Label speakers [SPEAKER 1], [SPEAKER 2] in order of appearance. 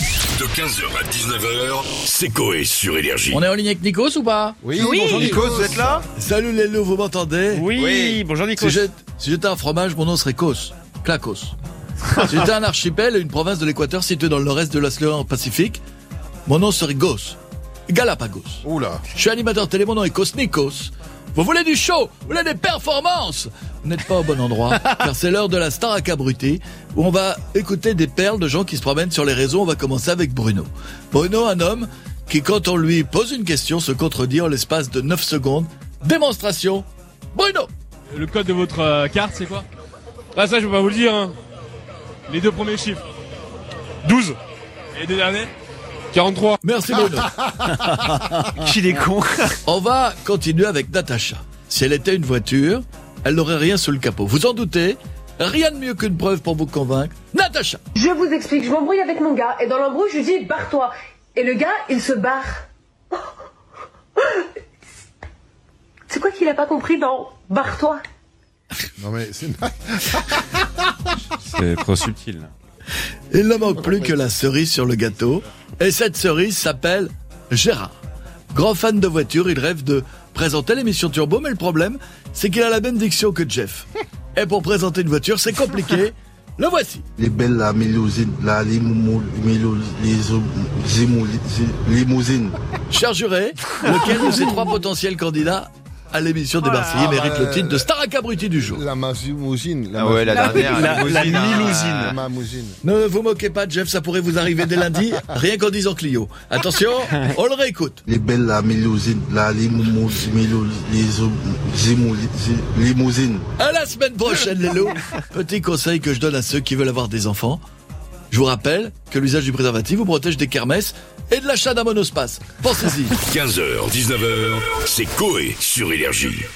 [SPEAKER 1] De 15h à 19h, c'est Coé sur Énergie.
[SPEAKER 2] On est en ligne avec Nikos ou pas
[SPEAKER 3] Oui, bonjour Nico, vous êtes là
[SPEAKER 2] Salut les loups, vous m'entendez
[SPEAKER 4] Oui,
[SPEAKER 3] Oui.
[SPEAKER 4] bonjour Nico.
[SPEAKER 2] Si j'étais si j'étais un fromage, mon nom serait Kos. Clacos. si j'étais un archipel et une province de l'Équateur située dans le nord-est de l'océan Pacifique, mon nom serait Gos. Galapagos.
[SPEAKER 3] Oula
[SPEAKER 2] Je suis animateur télé, mon nom est Kos Nikos. Vous voulez du show Vous voulez des performances Vous n'êtes pas au bon endroit, car c'est l'heure de la star accabrutée, où on va écouter des perles de gens qui se promènent sur les réseaux. On va commencer avec Bruno. Bruno, un homme qui, quand on lui pose une question, se contredit en l'espace de 9 secondes. Démonstration, Bruno
[SPEAKER 5] Le code de votre euh, carte, c'est quoi Ah, ça, je peux pas vous le dire. hein. Les deux premiers chiffres 12. Et les deux derniers 43.
[SPEAKER 2] Merci Bruno.
[SPEAKER 4] Qu'il est con.
[SPEAKER 2] Ah. On va continuer avec Natacha. Si elle était une voiture, elle n'aurait rien sous le capot. Vous en doutez Rien de mieux qu'une preuve pour vous convaincre. Natacha
[SPEAKER 6] Je vous explique, je m'embrouille avec mon gars, et dans l'embrouille, je lui dis barre-toi. Et le gars, il se barre. C'est quoi qu'il a pas compris dans barre-toi
[SPEAKER 3] Non mais c'est
[SPEAKER 4] C'est trop subtil.
[SPEAKER 2] Il ne manque plus que la cerise sur le gâteau. Et cette cerise s'appelle Gérard. Grand fan de voiture, il rêve de présenter l'émission Turbo, mais le problème, c'est qu'il a la même diction que Jeff. Et pour présenter une voiture, c'est compliqué. Le voici.
[SPEAKER 7] les belles la limousine, la limousine, limousine.
[SPEAKER 2] Cher juré, lequel de ces trois potentiels candidats à l'émission des Marseillais mérite le titre de Star Acabruti du jour
[SPEAKER 3] la mamousine. La
[SPEAKER 8] Ah ouais, la dernière,
[SPEAKER 4] La- la
[SPEAKER 8] limousine, hein.
[SPEAKER 4] milousine.
[SPEAKER 3] mamousine.
[SPEAKER 2] Ne vous moquez pas, Jeff, ça pourrait vous arriver dès lundi, rien qu'en disant Clio. Attention, on le réécoute.
[SPEAKER 7] les belles la limousine, la limousine, limousine.
[SPEAKER 2] À la semaine prochaine, les loups. Petit conseil que je donne à ceux qui veulent avoir des enfants. Je vous rappelle que l'usage du préservatif vous protège des kermesses et de l'achat d'un monospace. Pensez-y.
[SPEAKER 1] 15h, 19h, c'est Coé sur Énergie.